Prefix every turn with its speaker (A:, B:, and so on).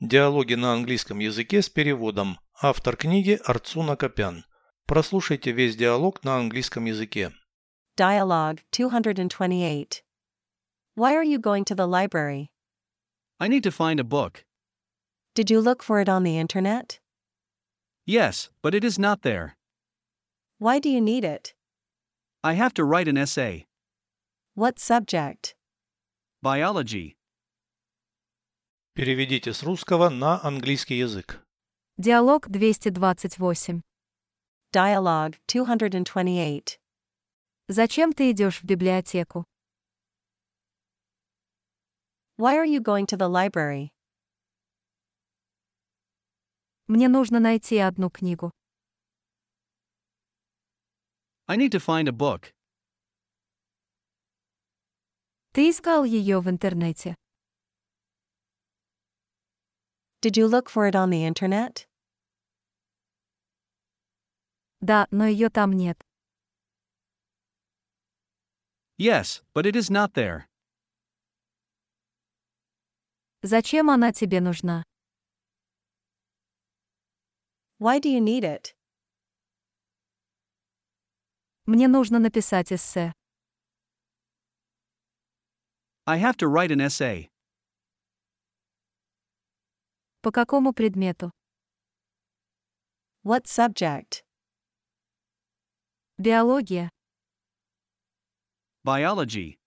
A: Диалоги на английском языке с переводом. Автор книги Арцуна Копян. Прослушайте весь диалог на английском языке.
B: Dialogue 228. Why are you going to the library?
C: I need to find a book.
B: Did you look for it on the internet?
C: Yes, but it is not there.
B: Why do you need it?
C: I have to write an essay.
B: What subject?
C: Biology.
A: Переведите с русского на английский язык.
D: Диалог 228.
B: Dialogue 228.
D: Зачем ты идешь в библиотеку?
B: Why are you going to the library?
D: Мне нужно найти одну книгу.
C: I need to find a book.
D: Ты искал ее в интернете.
B: Did you look for it on the internet?
D: Да, но ее там нет.
C: Yes, but it is not there.
D: Зачем она тебе нужна?
B: Why do you need it?
D: Мне нужно написать эссе.
C: I have to write an essay.
D: По какому предмету?
B: What subject?
D: Биология.
C: Biology.